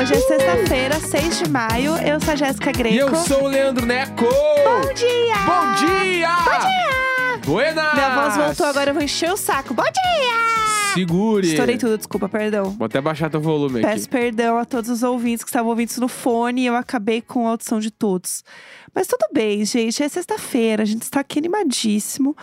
Hoje é sexta-feira, 6 de maio. Eu sou a Jéssica Greco. E eu sou o Leandro Neco! Bom dia! Bom dia! Bom dia! Buenas! Minha voz voltou, agora eu vou encher o saco. Bom dia! Segure! Estourei tudo, desculpa, perdão. Vou até baixar teu volume aqui. Peço perdão a todos os ouvintes que estavam ouvindo isso no fone e eu acabei com a audição de todos. Mas tudo bem, gente. É sexta-feira, a gente está aqui animadíssimo.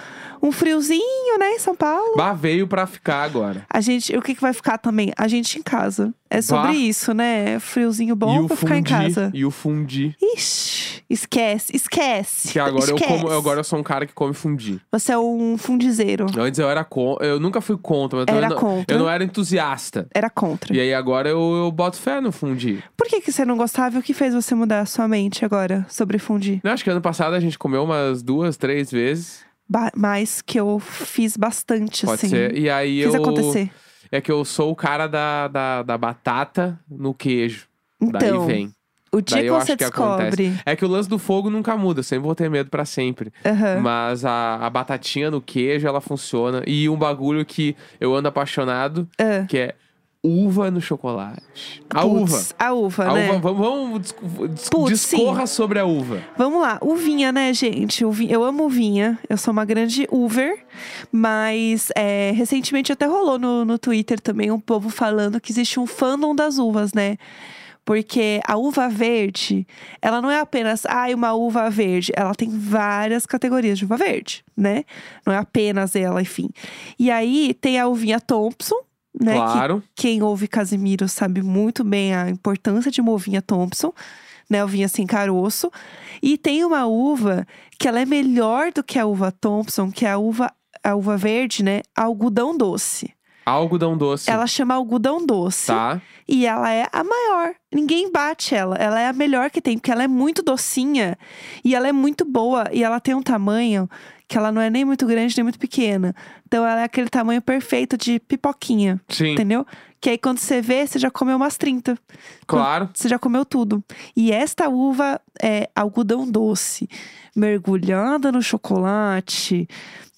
Um friozinho, né, em São Paulo. Bah, veio pra ficar agora. A gente, o que, que vai ficar também? A gente em casa. É sobre Bah. isso, né? Friozinho bom e o pra ficar em fundi, casa. E o fundi. Ixi, esquece, esquece. Que agora eu, esquece. como, agora eu sou um cara que come fundi. Você é um fundizeiro. Antes eu era con, eu nunca fui contra, mas eu também Era não, contra. eu não era entusiasta. Era contra. E é- aí agora eu, eu boto fé no fundi. Por que, que você não gostava e o que fez você mudar a sua mente agora sobre fundir? Não, acho que ano passado a gente comeu umas duas, três vezes. Ba mas que eu fiz bastante, Pode assim. ser. E aí Fiz eu. acontecer. É que eu sou o cara da, da, da batata no queijo. Então, Daí vem. o dia daí que eu você acho que acontece. descobre. É que o lance do fogo nunca muda, eu sempre vou ter medo pra sempre. Aham. Mas a, a batatinha no queijo, ela funciona. E um bagulho que eu ando apaixonado, Ah. que é uva no chocolate. A uva. Putz, A uva, A né? uva, vamos, vamos discu- dis- Putz, sim. discorra sobre a uva. Vamos lá, uvinha, né, gente? Uvi- Eu amo uvinha, eu sou uma grande uver, mas é, recentemente até rolou no, no Twitter também um povo falando que existe um fandom das uvas, né? Porque a uva verde, ela não é apenas, ai, uma uva verde. Ela tem várias categorias de uva verde, né? Não é apenas ela, enfim. E aí tem a uvinha Thompson, né? que claro. quem ouve Casimiro sabe muito bem a importância de uma uvinha Thompson, né? Uvinha sem caroço. E tem uma uva que ela é melhor do que a uva Thompson, que é a uva, a uva verde, né? Algodão doce. Algodão um doce. Ela chama algodão doce. Tá? E ela é a maior. Ninguém bate ela. Ela é a melhor que tem, porque ela é muito docinha e ela é muito boa. E ela tem um tamanho que ela não é nem muito grande nem muito pequena. Então ela é aquele tamanho perfeito de pipoquinha. Sim. Entendeu? Que aí quando você vê, você já comeu umas 30. Claro. Você já comeu tudo. E esta uva é algodão doce, mergulhada no chocolate.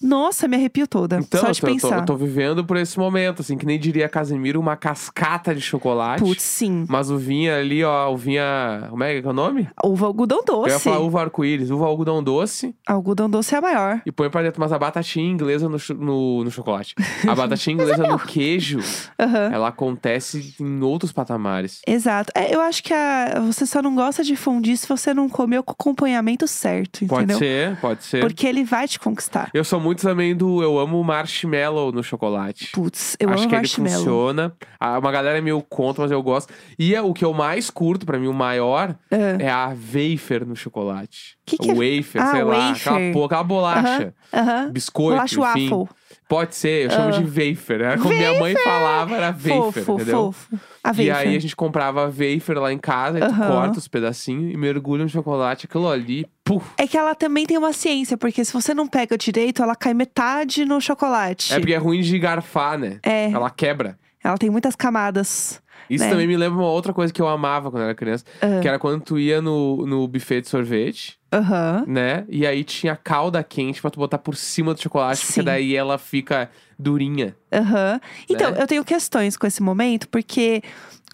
Nossa, me arrepio toda. Então, só eu de tô- eu, tô, pensar. eu tô vivendo por esse momento, assim, que nem diria Casimiro, uma cascata de chocolate. Putz, sim. Mas o vinha ali, ó, o vinha. Como é que é o nome? Uva algodão Eu ia doce. falar uva arco-íris, uva algodão doce Algodão doce é a maior. e põe pra dentro. Mas a batatinha inglesa no, cho- no, no chocolate. A batatinha inglesa no queijo, Aham. ela acontece em outros patamares. Exato. É, eu acho que a- você só não gosta de fundir se você não comeu com o acompanhamento certo, Pode entendeu? ser, pode ser. Porque ele vai te conquistar. Eu sou muito também do. Eu amo marshmallow no chocolate. Putz, eu Acho amo que ele marshmallow. funciona. Ah, Uma galera é meio contra, mas eu gosto. E é o que eu mais curto, pra mim, o maior, Ah. é a wafer no chocolate. Que que é- Wafer, Ah, sei lá. wafer. Aquela, porra, aquela bolacha. Aham. Biscoito, Bolacha enfim. waffle. Ah. Pode ser, eu chamo de wafer. Era como minha mãe falava, era wafer, fofo, entendeu? fofo. A E wafer. aí a gente comprava wafer lá em casa, e tu Aham. corta os pedacinhos e mergulha no chocolate, aquilo ali, puf. É que ela também tem uma ciência, porque se você não pega direito, ela cai metade no chocolate. É porque é ruim de garfar, né? É, Ela quebra. ela tem muitas camadas. Isso Né. Ah. também me lembra uma outra coisa que eu amava quando eu era criança, que era quando tu ia no, no buffet de sorvete, Aham. né? E aí tinha calda quente pra tu botar por cima do chocolate, Sim. porque daí ela fica durinha. Aham. Então, Né? eu tenho questões com esse momento, porque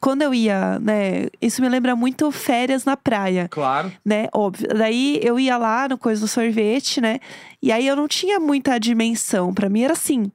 quando eu ia, né, isso me lembra muito férias na praia. Claro. né? Óbvio. Daí eu ia lá no coisa do sorvete, né? E aí eu não tinha muita dimensão. Pra mim era assim: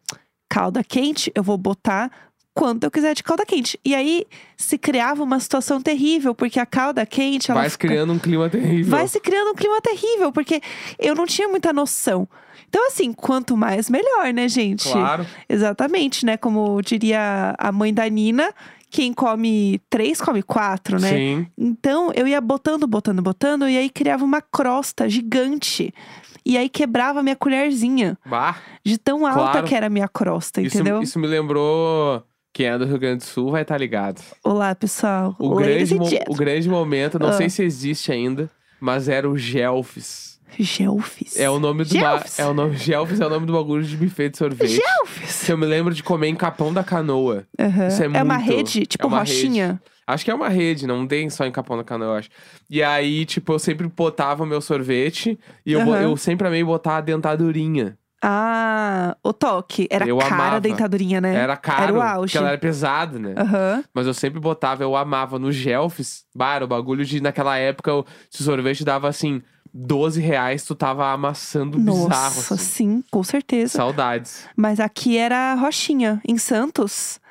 calda quente, eu vou botar quanto eu quiser de calda quente. E aí se criava uma situação terrível, porque a calda quente, ela Vai se fica- criando um clima terrível. vai se criando um clima terrível, porque eu não tinha muita noção. Então, assim, quanto mais, melhor, né, gente? Claro. Exatamente, né? Como diria a mãe da Nina, quem come três, come quatro, né? Sim. Então eu ia botando, botando, botando, e aí criava uma crosta gigante. E aí quebrava a minha colherzinha, Bah, de tão alta Claro. que era a minha crosta, isso, é entendeu? isso me lembrou. Quem é do Rio Grande do Sul vai estar ligado. Olá, pessoal. O, Ladies grande, and mo- o gentlemen. grande momento, não Ah. sei se existe ainda, mas era o Gelfis. Gelfis. É o nome do ba- Gelfis. é o nome Gelfis é o nome do bagulho de buffet de sorvete. Gelfis. Que eu me lembro de comer em Capão da Canoa. Aham. Isso é uma muito- rede, tipo é uma rochinha. Acho que é uma rede, não tem só em Capão da Canoa, eu acho. E aí, tipo, eu sempre botava o meu sorvete e eu, bo- Aham. eu sempre amei botar a dentadurinha. Ah, o toque. Era Eu cara amava. a dentadurinha, né? Era caro, o auge. porque ela era pesada, né? Aham. Mas eu sempre botava, eu amava nos Gelfs. Bar, o bagulho de, naquela época, o, se o sorvete dava assim, 12 reais, tu tava amassando bizarro. Nossa, assim. sim, com certeza. Saudades. Mas aqui era Roxinha, em Santos.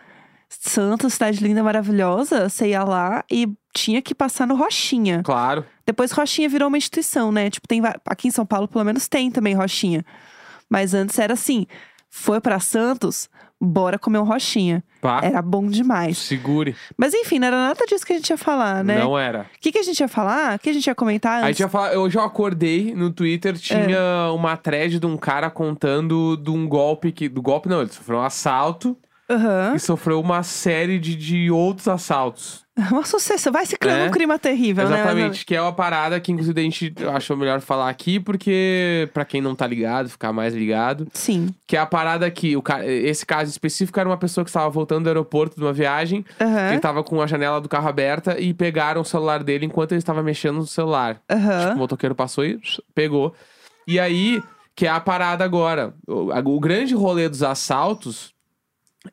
Santos, cidade linda, maravilhosa. Você ia lá e tinha que passar no Roxinha. Claro. Depois Roxinha virou uma instituição, né? Tipo, tem va- aqui em São Paulo, pelo menos, tem também Roxinha. Mas antes era assim: foi pra Santos, bora comer um Roxinha. Pá, Era bom demais. segure. Mas enfim, não era nada disso que a gente ia falar, É, né? O Não era. que, que a gente ia falar? O que a gente ia comentar Aí antes? tinha fala- eu já acordei no Twitter, tinha uma thread de um cara contando de um golpe que. Do golpe não, ele sofreu um assalto Aham. e sofreu uma série de, de outros assaltos. Uma sucessão. Vai se criando É. um clima terrível, né? Exatamente, que é uma parada que inclusive a gente achou melhor falar aqui, porque pra quem não tá ligado, ficar mais ligado. Sim. Que é a parada que o ca- esse caso específico era uma pessoa que estava voltando do aeroporto de uma viagem, Aham. ele tava com a janela do carro aberta e pegaram o celular dele enquanto ele estava mexendo no celular. Aham. Tipo, O motoqueiro passou e pegou. E aí, que é a parada agora. O, a- o grande rolê dos assaltos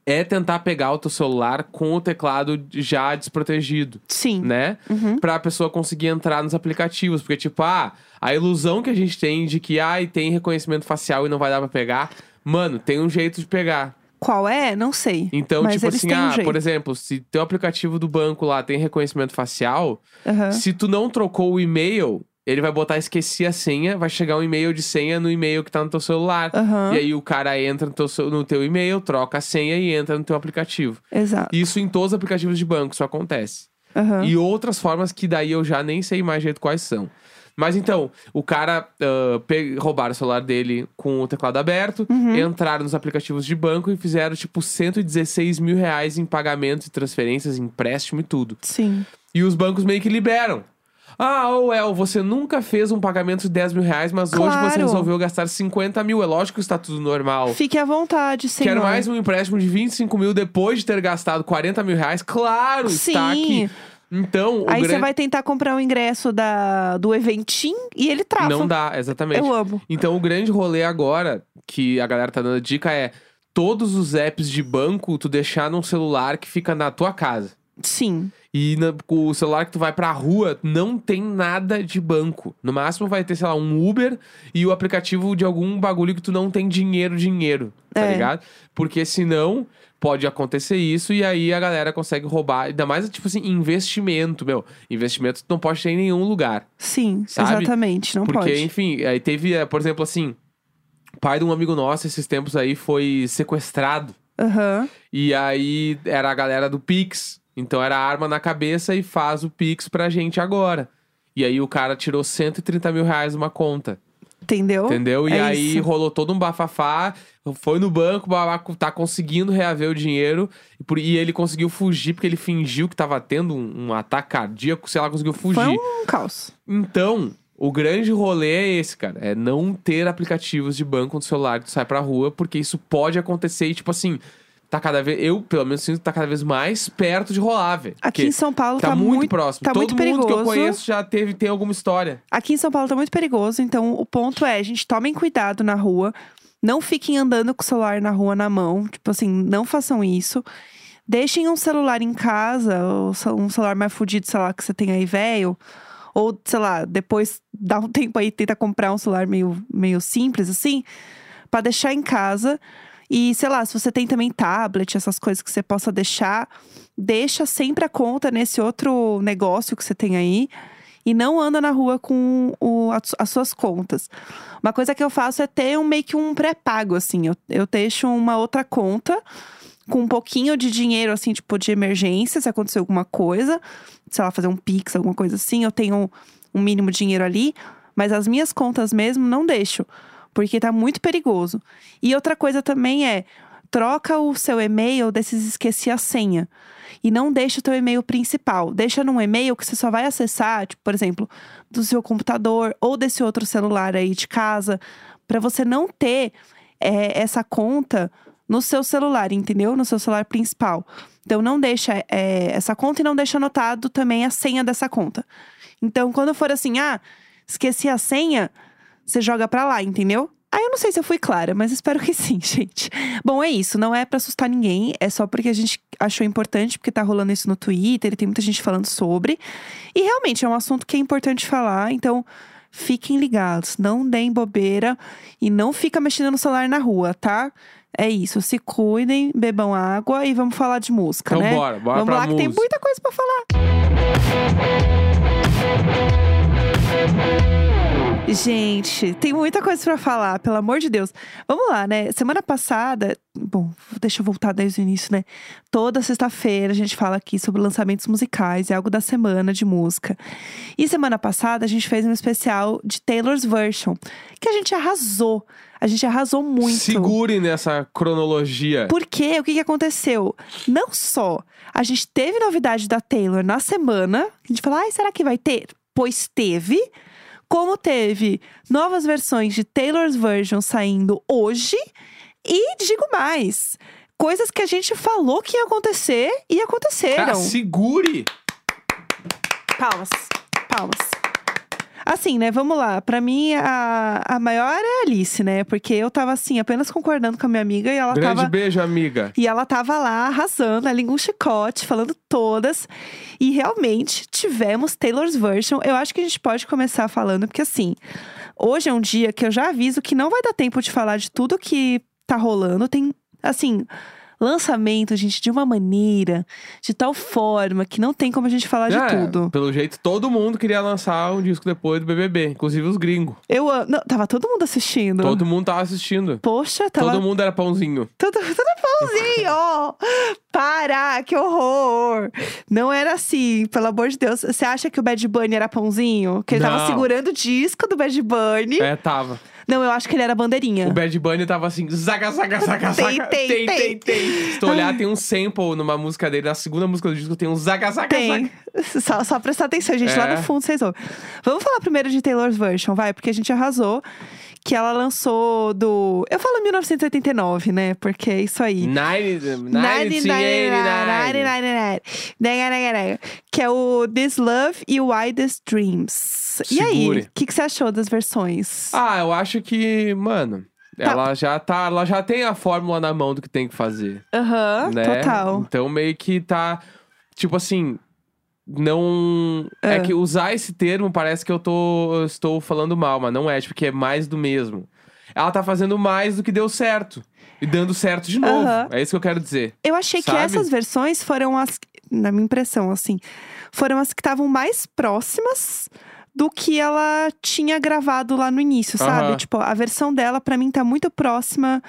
é tentar pegar o teu celular com o teclado já desprotegido, Sim. né? Uhum. Pra pessoa conseguir entrar nos aplicativos. Porque, tipo, ah, a ilusão que a gente tem de que, ai, tem reconhecimento facial e não vai dar pra pegar. Mano, tem um jeito de pegar. Qual é? Não sei. Então, Mas tipo eles assim, têm um ah, jeito. por exemplo, se teu aplicativo do banco lá tem reconhecimento facial, Aham. se tu não trocou o e-mail, ele vai botar esqueci a senha, vai chegar um e-mail de senha no e-mail que tá no teu celular. Aham. E aí o cara entra no teu, ce- no teu e-mail, troca a senha e entra no teu aplicativo. Exato. Isso em todos os aplicativos de banco, isso acontece. Aham. E outras formas que daí eu já nem sei mais jeito quais são. Mas então, o cara ah, pe- roubaram o celular dele com o teclado aberto, Uhum. entraram nos aplicativos de banco e fizeram tipo 116 mil reais em pagamentos e transferências, empréstimo e tudo. Sim. E os bancos meio que liberam. Ah, ou El, você nunca fez um pagamento de 10 mil reais, mas hoje você Claro. resolveu gastar 50 mil. É lógico que está tudo normal. Fique à vontade, senhor. Quero mais um empréstimo de 25 mil depois de ter gastado 40 mil reais. Claro, está Sim. aqui. Então, o Aí você grande... vai tentar comprar o ingresso da, do eventim e ele trava. Não dá, exatamente. Eu amo. Então, o grande rolê agora, que a galera tá dando dica, é todos os apps de banco tu deixar num celular que fica na tua casa. Sim. E na- com o celular que tu vai pra rua, não tem nada de banco. No máximo vai ter, sei lá, um Uber e o aplicativo de algum bagulho que tu não tem dinheiro, dinheiro. Tá É. ligado? Porque senão pode acontecer isso e aí a galera consegue roubar. Ainda mais, tipo assim, investimento, meu. Investimento tu não pode ter em nenhum lugar. Sim. Sabe? Exatamente. Não Porque, pode. enfim, aí teve, eh, por exemplo, assim, o pai de um amigo nosso esses tempos aí foi sequestrado. Aham. E aí era a galera do Pix. Então era arma na cabeça e faz o Pix pra gente agora. E aí o cara tirou 130 mil reais uma conta. Entendeu? Entendeu? E É aí isso. rolou todo um bafafá. Foi no banco, babá, tá conseguindo reaver o dinheiro. E, por- e ele conseguiu fugir, porque ele fingiu que tava tendo um, um ataque cardíaco, sei lá, conseguiu fugir. Foi um caos. Então, o grande rolê é esse, cara. É não ter aplicativos de banco no celular que tu sai pra rua, porque isso pode acontecer e, tipo assim, tá cada vez. Eu, pelo menos, sinto que tá cada vez mais perto de rolar, velho. Aqui em São Paulo tá, tá, muito, próximo. tá Todo muito mundo que eu perigoso. conheço já teve, tem alguma história. Aqui em São Paulo tá muito perigoso, então o ponto é, gente, tomem cuidado na rua. Não fiquem andando com o celular na rua na mão. Tipo assim, não façam isso. Deixem um celular em casa, ou ce- um celular mais fudido, sei lá, que você tem aí velho. Ou, sei lá, depois dá um tempo aí, tenta comprar um celular meio, meio simples, assim, pra deixar em casa. E, sei lá, se você tem também tablet, essas coisas que você possa deixar, deixa sempre a conta nesse outro negócio que você tem aí. E não anda na rua com o- as, as suas contas. Uma coisa que eu faço é ter um, meio que um pré-pago, assim. Eu, eu deixo uma outra conta com um pouquinho de dinheiro, assim, tipo, de emergência, se acontecer alguma coisa. Sei lá, fazer um Pix, alguma coisa assim. Eu tenho um mínimo de dinheiro ali. Mas as minhas contas mesmo não deixo. Porque tá muito perigoso. E outra coisa também é... Troca o seu e-mail desses esqueci a senha. E não deixa o teu e-mail principal. Deixa num e-mail que você só vai acessar, tipo, por exemplo, do seu computador ou desse outro celular aí de casa, para você não ter é, essa conta no seu celular, entendeu? No seu celular principal. Então não deixa é, essa conta e não deixa anotado também a senha dessa conta. Então quando for assim, ah, esqueci a senha, você joga pra lá, entendeu? Ah, eu não sei se eu fui clara, mas espero que sim, gente. Bom, é isso. Não é pra assustar ninguém, é só porque a gente achou importante, porque tá rolando isso no Twitter e tem muita gente falando sobre. E realmente é um assunto que é importante falar, então fiquem ligados, não deem bobeira e não fica mexendo no celular na rua, tá? É isso, se cuidem, bebam água e vamos falar de música, Então né? bora, bora vamos pra lá que tem música. muita coisa pra falar. Gente, tem muita coisa pra falar, pelo amor de Deus. Vamos lá, né? Semana passada, bom, deixa eu voltar desde o início, né? Toda sexta-feira a gente fala aqui sobre lançamentos musicais, é algo da semana de música. E semana passada a gente fez um especial de Taylor's Version, que a gente arrasou. A gente arrasou muito. Segure nessa cronologia. Porque o que, que aconteceu? Não só a gente teve novidade da Taylor na semana, a gente falou, ai, será que vai ter? Pois teve. Como teve novas versões de Taylor's Version saindo hoje. E digo mais: coisas que a gente falou que ia acontecer e aconteceram. Cara, segure! Palmas, palmas. Assim, né? Vamos lá. Pra mim, a, a maior é a Alice, né? Porque eu tava, assim, apenas concordando com a minha amiga e ela Grande tava. beijo, amiga. E ela tava lá arrasando, a língua um chicote, falando todas. E realmente tivemos Taylor's Version. Eu acho que a gente pode começar falando, porque assim, hoje é um dia que eu já aviso que não vai dar tempo de falar de tudo que tá rolando. Tem, assim, lançamento, gente, de uma maneira, de tal forma, que não tem como a gente É, falar de tudo. Pelo jeito, todo mundo queria lançar um disco depois do BBB, inclusive os gringos. Eu amo. não, Tava todo mundo assistindo. Todo mundo tava assistindo. Poxa, tá tava Todo mundo era pãozinho. Tudo, tudo pãozinho! Para, que horror! Não era assim, pelo amor de Deus. Você acha que o Bad Bunny era pãozinho? Que ele tava Não. segurando o disco do Bad Bunny? É, tava. Não, eu acho que ele era bandeirinha. O Bad Bunny tava assim, zaga, zaga, zaga, Tem, zaga. É. tem, tem. Se tu olhar, tem um sample numa música dele, na segunda música do disco, tem um zaga, zaga, Tem. zaga. Só, só prestar atenção, gente. Lá É. no fundo vocês ouvem. Vamos falar primeiro de Taylor's Version, vai, porque a gente arrasou. Que ela lançou do. Eu falo 1989, né? Porque é isso aí. Nine, nine, 99. 99. Nega, nega, nega. Que é o This Love e o Wildest Dreams. E aí, Segure. o que, que você achou das versões? Ah, eu acho que, mano, Tá. ela já tá, ela já tem a fórmula na mão do que tem que fazer. Aham, né? Ah, total. Então meio que tá. Tipo assim. Não. Ah. É que usar esse termo parece que eu tô. eu estou falando mal, mas não é, tipo, que é mais do mesmo. Ela tá fazendo mais do que deu certo. E dando certo de novo. Aham. É isso que eu quero dizer. Eu achei que Sabe? essas versões foram as. Na minha impressão, assim. Foram as que estavam mais próximas do que ela tinha gravado lá no início, sabe? Aham. Tipo, a versão dela, pra mim, tá muito próxima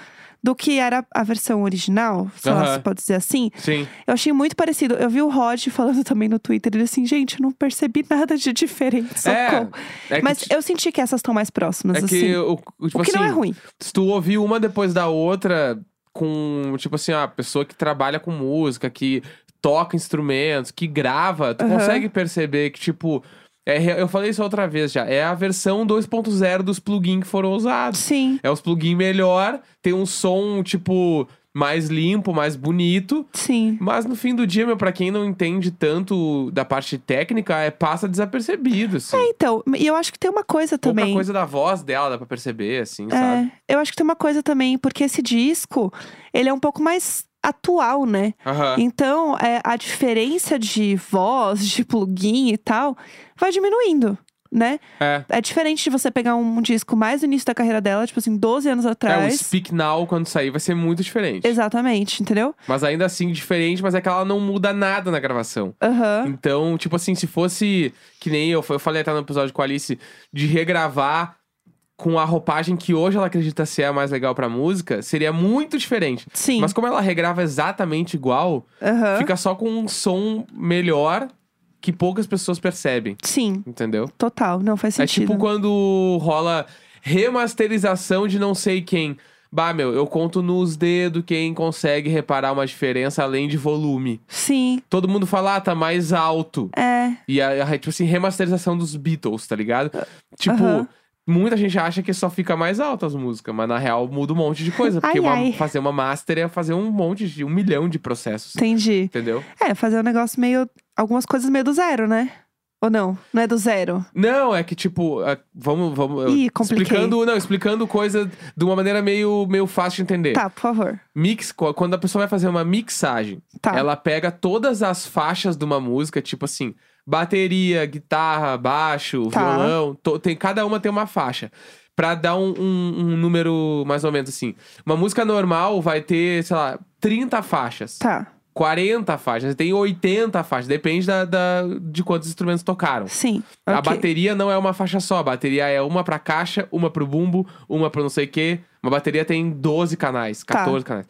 do que era a versão original, sei lá Aham. se pode dizer assim. Sim. Eu achei muito parecido. Eu vi o Rod falando também no Twitter. Ele assim, gente, eu não percebi nada de diferente. Socorro. É, é Mas que, ti- eu senti que essas estão mais próximas, é assim. que o, o- tipo o que não assim, é ruim. se tu ouvir uma depois da outra com, tipo assim, a pessoa que trabalha com música, que toca instrumentos, que grava, tu Aham. consegue perceber que, tipo, é, re- eu falei isso outra vez já, é a versão 2.0 dos plugins que foram usados. Sim, É os plugins melhor, tem um som, tipo, mais limpo, mais bonito. sim. Mas no fim do dia, meu, pra quem não entende tanto da parte técnica, é passa desapercebido, assim. É, então, e eu acho que tem uma coisa Pouca também. coisa da voz dela dá pra perceber, assim, sabe? é, eu acho que tem uma coisa também, porque esse disco, ele é um pouco mais atual, né? Aham. Então, é, a diferença de voz, de plugin e tal, vai diminuindo, né? É. É diferente de você pegar um disco mais no início da carreira dela, tipo assim, 12 anos É, atrás. o Speak Now, quando sair, vai ser muito diferente. Exatamente, entendeu? Mas ainda assim, diferente, mas é que ela não muda nada na gravação. Aham. Então, tipo assim, se fosse que nem eu, eu falei até no episódio com a Alice, de regravar com a roupagem que hoje ela acredita ser a mais legal pra música, seria muito diferente. Sim. Mas como ela regrava exatamente igual, Aham. fica só com um som melhor que poucas pessoas percebem, Sim, entendeu? total. Não faz É sentido. tipo quando rola remasterização de não sei quem. Bah, meu, eu conto nos dedos quem consegue reparar uma diferença além de volume. Sim, Todo mundo fala, ah, tá mais alto. é. E a, a- tipo assim, remasterização dos Beatles, tá ligado? Tipo, Ah, aham. muita gente acha que só fica mais alto as músicas, mas na real muda um monte de coisa. Porque Ai, uma- ai. fazer uma master é fazer um monte de, um milhão de processos. Entendi. Entendeu? É, fazer um negócio meio. Algumas coisas meio do zero, né? Ou não? Não é do zero? Não, é que tipo, a- vamos, vamos eu- Ih, compliquei. explicando, não, explicando coisa de uma maneira meio, meio fácil de entender. Tá, por favor. Mix, co- quando a pessoa vai fazer uma mixagem, Tá. ela pega todas as faixas de uma música, tipo assim, bateria, guitarra, baixo, Tá. violão, to- tem cada uma tem uma faixa. Pra dar um, um- um número mais ou menos assim. Uma música normal vai ter, sei lá, 30 faixas. Tá. 40 faixas, tem 80 faixas, depende da, da- de quantos instrumentos tocaram. Sim. A ok. bateria não é uma faixa só, a bateria é uma pra caixa, uma pro bumbo, uma pro não sei o quê. Uma bateria tem 12 canais, Tá. 14 canais.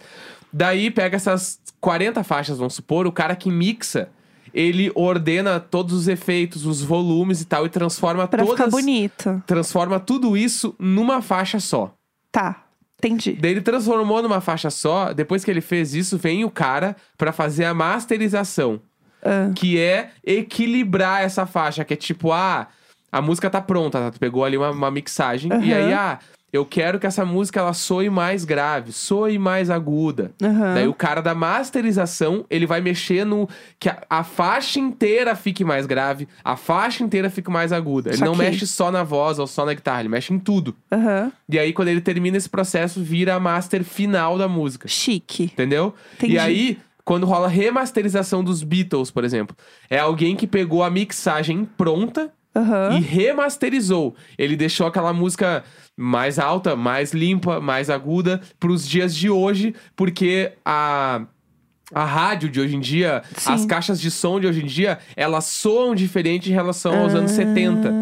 Daí pega essas 40 faixas, vamos supor, o cara que mixa, ele ordena todos os efeitos, os volumes e tal, e transforma Pra todas. ficar bonito. Transforma tudo isso numa faixa só. Tá. Entendi. Daí ele transformou numa faixa só. Depois que ele fez isso, vem o cara pra fazer a masterização. Ah. Que é equilibrar essa faixa. Que é tipo, ah, a música tá pronta, tá? Tu pegou ali uma, uma mixagem. E Aham. aí, ah, eu quero que essa música ela soe mais grave, soe mais aguda. Aham. Daí o cara da masterização, ele vai mexer no. Que a, a faixa inteira fique mais grave, a faixa inteira fique mais aguda. Ele não Saquei. mexe só na voz ou só na guitarra, ele mexe em tudo. Aham. E aí, quando ele termina esse processo, vira a master final da música. Chique. Entendeu? Entendi. E aí, quando rola remasterização dos Beatles, por exemplo, é alguém que pegou a mixagem pronta Aham. e remasterizou. Ele deixou aquela música mais alta, mais limpa, mais aguda pros dias de hoje, porque a. A rádio de hoje em dia, Sim. as caixas de som de hoje em dia, elas soam diferente em relação aos anos 70. Ah,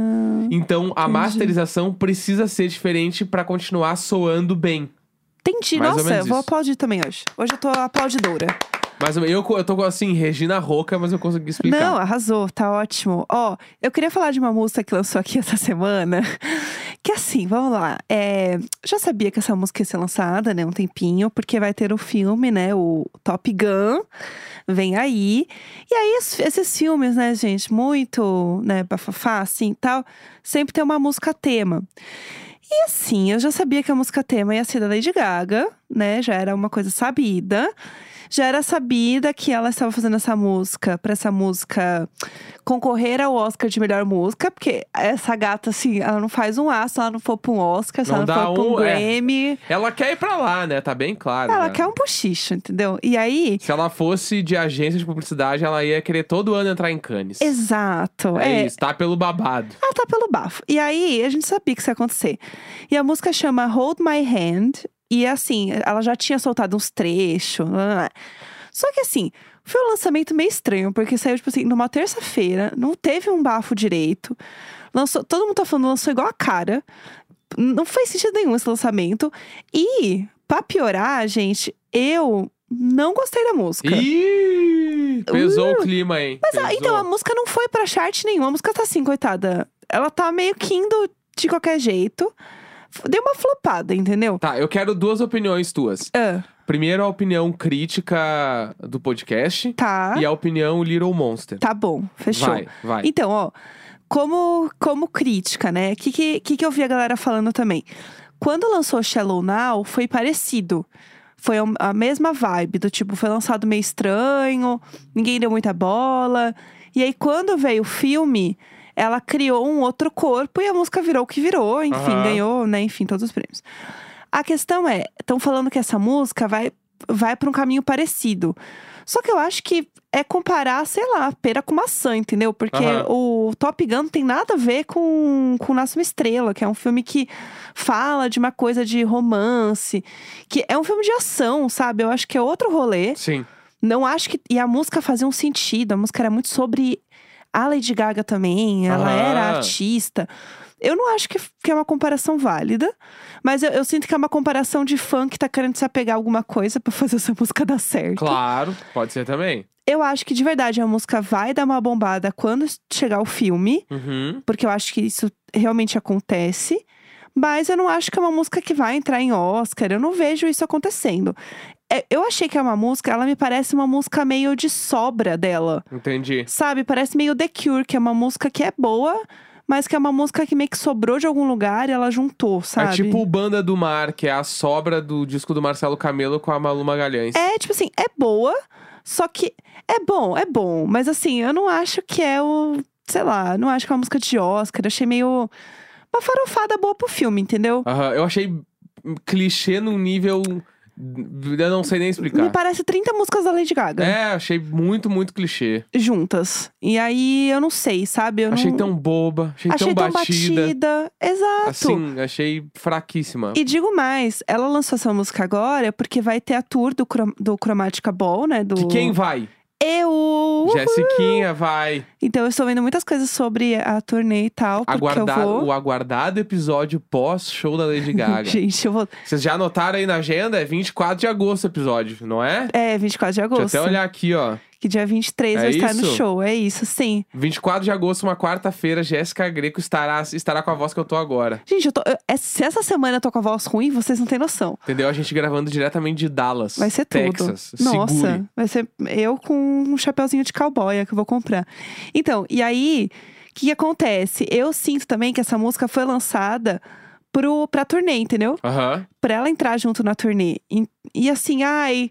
Então, a Entendi. masterização precisa ser diferente pra continuar soando bem. Entendi. Mais ou Nossa, menos vou isso. aplaudir também hoje. Hoje eu tô aplaudidora. Mas eu, eu tô assim, Regina Roca, mas eu consegui explicar. Não, arrasou, tá ótimo. Ó, eu queria falar de uma música que lançou aqui essa semana. Que assim, vamos lá. É, já sabia que essa música ia ser lançada, né? Um tempinho, porque vai ter o filme, né? O Top Gun. Vem aí. E aí, es- esses filmes, né, gente? Muito, né? Bafafá, assim e tal. Sempre tem uma música tema. E assim, eu já sabia que a música tema ia ser da Lady Gaga, né? Já era uma coisa sabida. Já era sabida que ela estava fazendo essa música, pra essa música concorrer ao Oscar de melhor música, porque essa gata, assim, ela não faz um A se ela não for pra um Oscar, se Não ela não dá for pra um um, é. Grammy. Ela quer ir pra lá, né? Tá bem claro. Ela né? quer um bochicho, entendeu? E aí. Se ela fosse de agência de publicidade, ela ia querer todo ano entrar em Cannes. Exato. É, é, isso, tá pelo babado. Ela tá pelo bafo. E aí, a gente sabia que isso ia acontecer. E a música chama Hold My Hand. E assim, ela já tinha soltado uns trechos. lá, lá, lá. Só que assim, foi um lançamento meio estranho, porque saiu, tipo assim, numa terça-feira, não teve um bafo direito. Lançou, todo mundo tá falando, lançou igual a cara. Não fez sentido nenhum esse lançamento. E, pra piorar, gente, eu não gostei da música. Ih! Pesou o clima, hein? Uh. Mas a- Pesou. então, a música não foi pra chart nenhuma. A música tá assim, coitada. Ela tá meio que indo de qualquer jeito. F- Deu uma flopada, entendeu? Tá, eu quero duas opiniões tuas. Ah, Primeiro, a opinião crítica do podcast tá. e a opinião Little Monster. Tá bom, fechou. Vai, vai. Então, ó, como, como crítica, né? O que, que, que que eu vi a galera falando também? Quando lançou Shallow Now, foi parecido. Foi a- a mesma vibe, do tipo, foi lançado meio estranho, ninguém deu muita bola. E aí, quando veio o filme, ela criou um outro corpo e a música virou o que virou, enfim, Aham. ganhou, né? Enfim, todos os prêmios. A questão é, estão falando que essa música vai, vai para um caminho parecido. Só que eu acho que é comparar, sei lá, pera com maçã, entendeu? Porque Aham. o Top Gun não tem nada a ver com, com Nasce uma Estrela, que é um filme que fala de uma coisa de romance, que é um filme de ação, sabe? Eu acho que é outro rolê. Sim. Não acho que. E a música fazia um sentido. A música era muito sobre a Lady Gaga também. Ela Aham. era artista. Eu não acho que, que é uma comparação válida, mas eu, eu sinto que é uma comparação de fã que tá querendo se apegar a alguma coisa pra fazer essa música dar certo. Claro, pode ser também. Eu acho que de verdade a música vai dar uma bombada quando chegar o filme, Uhum. porque eu acho que isso realmente acontece. Mas eu não acho que é uma música que vai entrar em Oscar. Eu não vejo isso acontecendo. É, Eu achei que é uma música, ela me parece uma música meio de sobra dela. Entendi. Sabe? Parece meio The Cure, que é uma música que é boa, mas que é uma música que meio que sobrou de algum lugar e ela juntou, sabe? É tipo o Banda do Mar, que é a sobra do disco do Marcelo Camelo com a Malu Magalhães. É, tipo assim, é boa, só que é bom, é bom, mas assim, eu não acho que é o sei lá, não acho que é uma música de Oscar. Achei meio uma farofada boa pro filme, entendeu? Aham, eu achei clichê num nível. Eu não sei nem Me explicar. parece 30 músicas da Lady Gaga É, achei muito, muito clichê. juntas. E aí eu não sei, sabe? Eu É? Achei não... tão boba, achei, Achei tão batida. batida. Exato. Assim, achei fraquíssima. E digo mais, ela lançou essa música agora porque vai ter a tour do, Crom do Chromatica Ball, né? Do... Que quem é vai? Eu! Uhul! Jessiquinha vai. Então eu estou vendo muitas coisas sobre a turnê e tal, porque Aguardar, eu vou... o aguardado episódio pós-show da Lady Gaga. Gente, eu vou... Vocês já anotaram aí na agenda? É 24 de agosto o episódio, não é? É, 24 de agosto. Deixa eu até olhar aqui, ó. Que dia 23 É vai estar no isso? show, é isso, sim. 24 de agosto, uma quarta-feira, Jéssica Greco estará, estará com a voz que eu tô agora. Gente, eu tô... eu- é- se essa semana eu tô com a voz ruim, vocês não têm noção. Entendeu? A gente gravando diretamente de Dallas, Vai ser tudo. Texas. Nossa, Segure. vai ser eu com um chapeuzinho de cowboy que eu vou comprar. Então, e aí, o que, que acontece? Eu sinto também que essa música foi lançada pro, pra turnê, entendeu? Aham. Pra ela entrar junto na turnê. E, e assim, ai.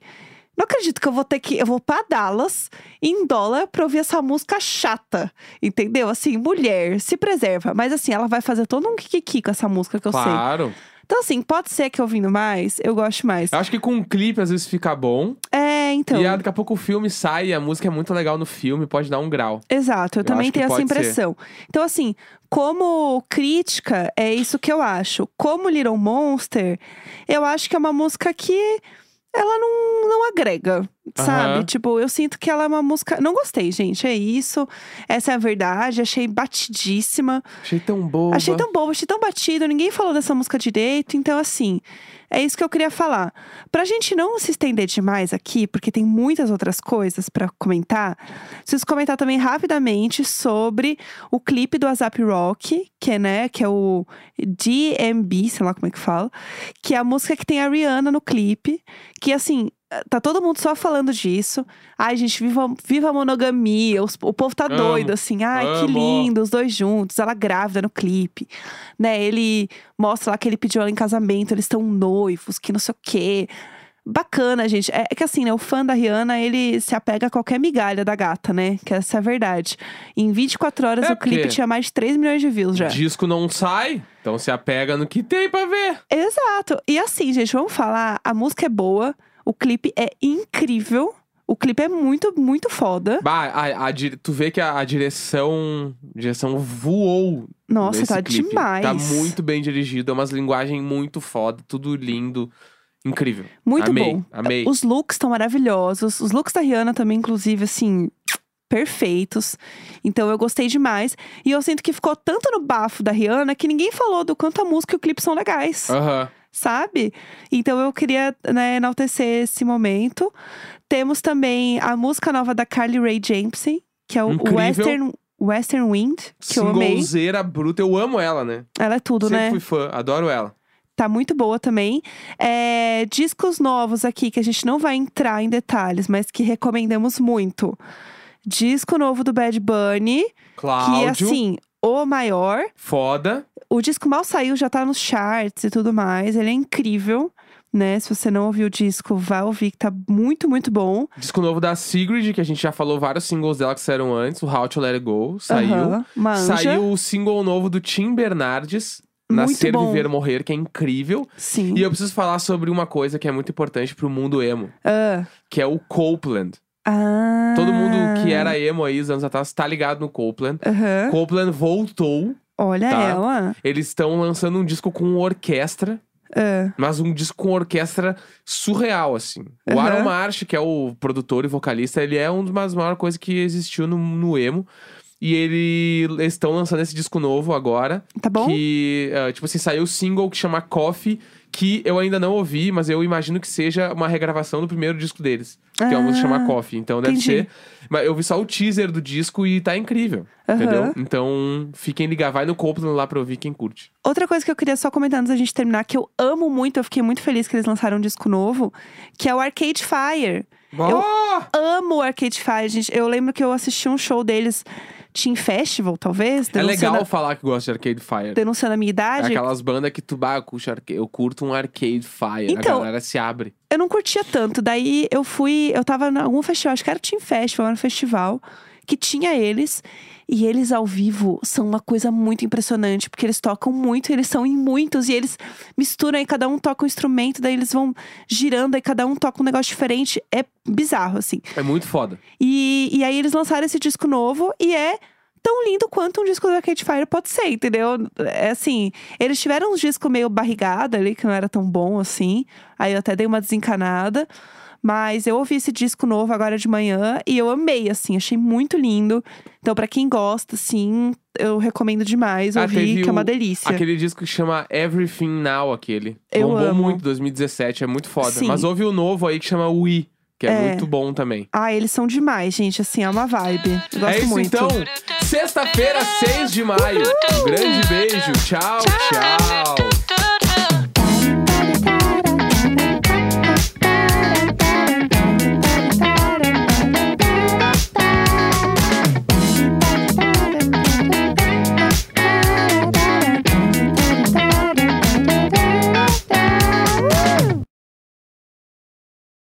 Não acredito que eu vou ter que. Eu vou pra Dallas em dólar pra ouvir essa música chata. Entendeu? Assim, mulher, se preserva. Mas assim, ela vai fazer todo um kikiki com essa música que eu sei. Claro. Então, assim, pode ser que ouvindo mais, eu goste mais. Eu acho que com um clipe às vezes fica bom. É, então. E aí, daqui a pouco o filme sai, e a música é muito legal no filme, pode dar um grau. Exato, eu, Eu também acho que tenho essa pode ser. impressão. Então, assim, como crítica, é isso que eu acho. Como Little Monster, eu acho que é uma música que ela não, não agrega, sabe? Aham. Tipo, eu sinto que ela é uma música. Não gostei, gente. É isso. Essa é a verdade. Achei batidíssima. Achei tão boa. Achei tão bobo, achei tão batido. Ninguém falou dessa música direito. Então, assim, é isso que eu queria falar. Pra gente não se estender demais aqui, porque tem muitas outras coisas pra comentar, preciso comentar também rapidamente sobre o clipe do Azap Rock, que é, né, que é o DMB, sei lá como é que fala, que é a música que tem a Rihanna no clipe, que assim. Tá todo mundo só falando disso. Ai, gente, viva, viva a monogamia. Os- o povo tá Amo. doido, assim. Ai, que Amo. lindo lindo, os dois juntos, ela grávida no clipe, né? Ele mostra lá que ele pediu ela em casamento, eles estão noivos, que não sei o quê. Bacana, gente. É é que assim, né? O fã da Rihanna, ele se apega a qualquer migalha da gata, né? Que essa é a verdade. Em 24 horas, É, o clipe porque- tinha mais de 3 milhões de views já. Disco não sai, então se apega no que tem pra ver. Exato. E assim, gente, vamos falar. A música é boa, o clipe é incrível. O clipe é muito, muito foda. Bah, a- a dire- tu vê que a, a direção direção voou. Nossa, nesse tá clipe. demais. Tá muito bem dirigido, é umas linguagem muito foda, tudo lindo, incrível. Muito amei, bom. Amei. Os looks estão maravilhosos. Os looks da Rihanna também, inclusive, assim, perfeitos. Então eu gostei demais. E eu sinto que ficou tanto no bafo da Rihanna que ninguém falou do quanto a música e o clipe são legais, Aham. sabe? Então eu queria né, enaltecer esse momento. Temos também a música nova da Carly Rae Jepsen, que é o Incrível. Western, Western Wind, que eu amei. Singlezeira bruta, eu amo ela, né? Ela é tudo, Sempre né? fui fã, adoro ela. Tá muito boa também. É, discos novos aqui, que a gente não vai entrar em detalhes, mas que recomendamos muito. Disco novo do Bad Bunny, que Cláudio, assim, o maior. foda. O disco mal saiu, já tá nos charts e tudo mais. Ele é incrível, né? Se você não ouviu o disco, vai ouvir, que tá muito, muito bom. Disco novo da Sigrid, que a gente já falou vários singles dela que saíram antes. O How to Let It Go saiu. Aham, Uma anja. Saiu o single novo do Tim Bernardes, Muito Nascer, bom. Viver, Morrer, que é incrível. Sim. E eu preciso falar sobre uma coisa que é muito importante pro mundo emo, Ah. que é o Copeland. Ah. Todo mundo que era emo aí, os anos atrás, tá ligado no Copeland. Aham. Copeland voltou. Olha Tá. ela. Eles estão lançando um disco com orquestra, Ah. mas um disco com orquestra surreal, assim. O Aham. Aaron Marsh, que é o produtor e vocalista, ele é uma das maiores coisas que existiu no, no emo. E ele, eles estão lançando esse disco novo agora. Tá bom? Que, ah, tipo assim, saiu o single que chama Coffee, que eu ainda não ouvi, mas eu imagino que seja uma regravação do primeiro disco deles. Que é uma música que chama Ah, Coffee. Então deve entendi. ser. Mas eu vi só o teaser do disco e tá incrível. Entendeu? Aham. Então fiquem ligados. Vai no Copeland lá pra ouvir quem curte. Outra coisa que eu queria só comentar antes da gente terminar, que eu amo muito, eu fiquei muito feliz que eles lançaram um disco novo, que é o Arcade Fire. Eu- Oh! Amo o Arcade Fire, gente. Eu lembro que eu assisti um show deles, Team Festival, talvez. É denunciando legal a- falar que gosta de Arcade Fire. Denunciando a É minha idade. aquelas bandas que tu bah, eu curto arca- eu curto um Arcade Fire. Então- A galera se abre. Eu não curtia tanto. Daí eu fui. Eu tava em algum festival, acho que era o Team Festival, era um festival. que tinha eles. E eles ao vivo são uma coisa muito impressionante, porque eles tocam muito, eles são em muitos, e eles misturam, aí cada um toca um instrumento, daí eles vão girando, aí cada um toca um negócio diferente. É bizarro, assim. É muito foda. E, e aí eles lançaram esse disco novo e é tão lindo quanto um disco do Arcade Fire pode ser, entendeu? É assim, eles tiveram uns discos meio barrigada ali, que não era tão bom assim. Aí eu até dei uma desencanada. Mas eu ouvi esse disco novo agora de manhã e eu amei, assim, achei muito lindo. Então, pra quem gosta, assim, eu recomendo demais Ah, ouvir, teve que é uma o- delícia. Aquele disco que chama Everything Now, aquele. Eu Bombou amo. muito 2017, é muito foda. Sim. Mas houve o novo aí que chama We, que é, É. muito bom também. Ah, eles são demais, gente, assim, é uma vibe. Eu gosto é isso muito. então. Sexta-feira, 6 de maio. Um grande beijo. tchau. tchau.